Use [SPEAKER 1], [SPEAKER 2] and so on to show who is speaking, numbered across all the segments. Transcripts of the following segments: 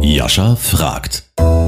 [SPEAKER 1] Jascha fragt.
[SPEAKER 2] Hallo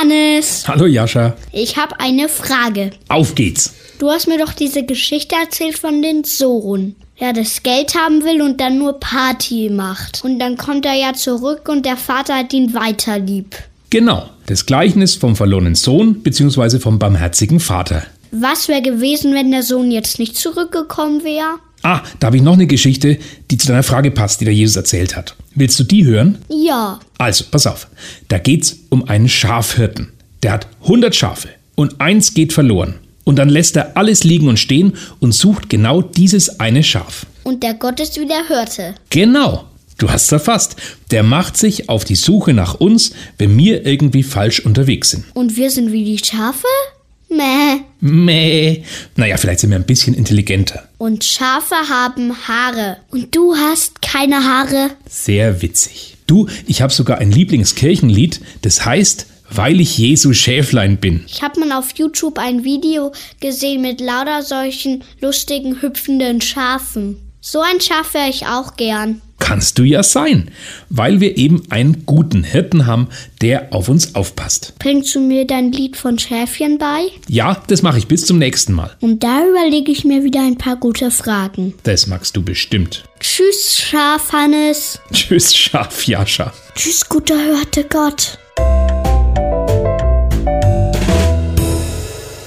[SPEAKER 2] Hannes,
[SPEAKER 3] Hallo Jascha.
[SPEAKER 2] ich habe eine Frage.
[SPEAKER 3] Auf geht's.
[SPEAKER 2] Du hast mir doch diese Geschichte erzählt von den Sorun, der das Geld haben will und dann nur Party macht. Und dann kommt er ja zurück und der Vater hat ihn weiter lieb.
[SPEAKER 3] Genau. Das Gleichnis vom verlorenen Sohn bzw. vom barmherzigen Vater.
[SPEAKER 2] Was wäre gewesen, wenn der Sohn jetzt nicht zurückgekommen wäre?
[SPEAKER 3] Ah, da habe ich noch eine Geschichte, die zu deiner Frage passt, die der Jesus erzählt hat. Willst du die hören?
[SPEAKER 2] Ja,
[SPEAKER 3] Also, pass auf. Da geht's um einen Schafhirten. Der hat 100 Schafe und eins geht verloren. Und dann lässt er alles liegen und stehen und sucht genau dieses eine Schaf.
[SPEAKER 2] und der Gott es wieder hörte.
[SPEAKER 3] Genau. Du hast erfasst. Der macht sich auf die Suche nach uns, wenn wir irgendwie falsch unterwegs sind.
[SPEAKER 2] Und wir sind wie die Schafe? Mäh.
[SPEAKER 3] Mäh. Naja, vielleicht sind wir ein bisschen intelligenter.
[SPEAKER 2] Und Schafe haben Haare. Und du hast keine Haare.
[SPEAKER 3] Sehr witzig. Du, ich habe sogar ein Lieblingskirchenlied, das heißt, weil ich Jesu Schäflein bin.
[SPEAKER 2] Ich habe mal auf YouTube ein Video gesehen mit lauter solchen lustigen, hüpfenden Schafen. So ein Schaf wäre ich auch gern.
[SPEAKER 3] Kannst du ja sein, weil wir eben einen guten Hirten haben, der auf uns aufpasst.
[SPEAKER 2] Bringst du mir dein Lied von Schäfchen bei?
[SPEAKER 3] Ja, das mache ich bis zum nächsten Mal.
[SPEAKER 2] Und da überlege ich mir wieder ein paar gute Fragen.
[SPEAKER 3] Das magst du bestimmt.
[SPEAKER 2] Tschüss, Schaf Hannes.
[SPEAKER 3] Tschüss, Schaf Jascha.
[SPEAKER 2] Tschüss, guter Hörte Gott.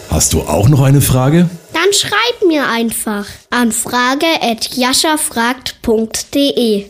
[SPEAKER 1] Hast du auch noch eine Frage?
[SPEAKER 2] Dann schreib mir einfach an frage.jaschafragt.de.